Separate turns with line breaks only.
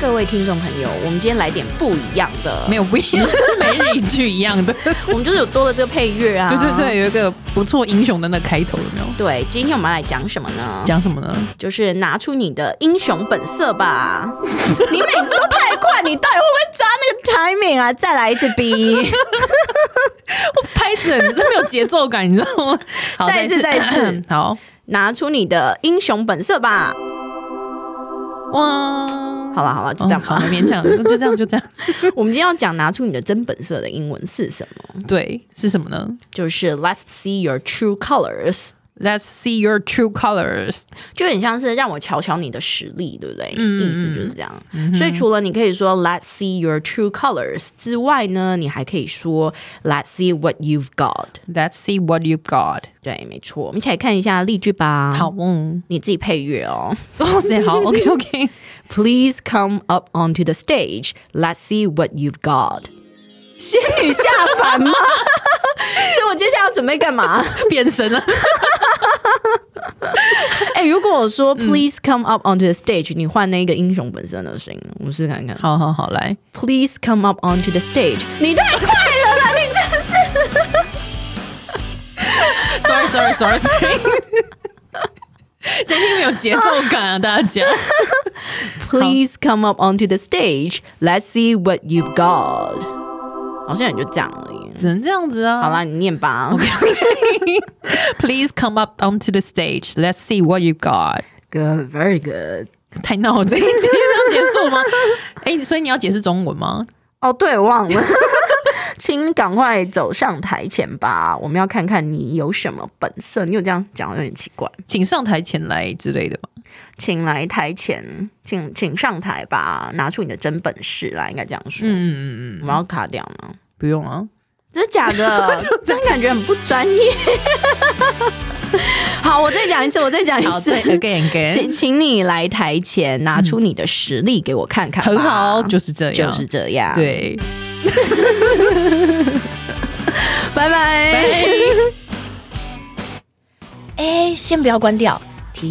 各位听众朋友，我们今天来点不一样的，
没有不一样， 每日一句一样的。对
我们就是有多了这个配乐啊。
对对，有一个不错英雄的那开头有没有？
对，今天我们要来讲什么呢？
讲什么呢？
就是拿出你的英雄本色吧。 你每次都太快，你到底会不会抓那个 timing 啊？再来一次 B，
拍子很没有节奏感，你知道吗？ 好
再一次再一次
好
拿出你的英雄本色吧。
哇，
好了好了，就这样
嗯好
吧。
勉强， 就这样就这样。
我们今天要讲拿出你的真本色的英文是什么？
对，是什么呢
就是 Let's see your true colors，
？Let's see your true colors。
就很像是让我瞧瞧你的实力，对不对？
嗯
意思就是这样。所以除了你可以说 Let's see your true colors 之外呢，你还可以说 Let's see what you've got。
Let's see what you got。
对，没错，我们一起来看一下例句吧。
好，，嗯，
你自己配乐哦。
哇塞， 好，OK OK。
Please come up onto the stage. Let's see what you've got. 仙女下凡吗？ 所以我接下来要准备干嘛？
变身了，
哎、如果我说 Please come up onto the stage，、你换那个英雄本身的声音，我们试试看看。
好好好，来，
Please come up onto the stage。你太快了啦！你真 的是
sorry sorry sorry sorry，今天没有节奏感啊，大家。
Please come up onto the stage. Let's see what you've got。好像也就这样而已。
只能这样子啊。
好啦，你念吧。
，Please come up onto the stage. Let's see what you got.
Good, very good.
太闹，这一集要结束吗？ 哎、所以你要解释中文吗？
哦，对，忘了， 请赶快走上台前吧，我们要看看你有什么本色。你有这样讲有点奇怪，
请上台前来之类的吗？
请来台前，请请上台吧，拿出你的真本事来，应该这样说。
嗯嗯嗯，
我们要卡掉吗？
不用啊。
真的假的？ 真的感觉很不专业。 好，我再讲一次，我再讲
好，
一次
再。again
请
again，
请你来台前，拿出你的实力给我看看吧。
很好，就是这样，
嗯就是这样。，
对。
拜拜。哎，先不要关掉，提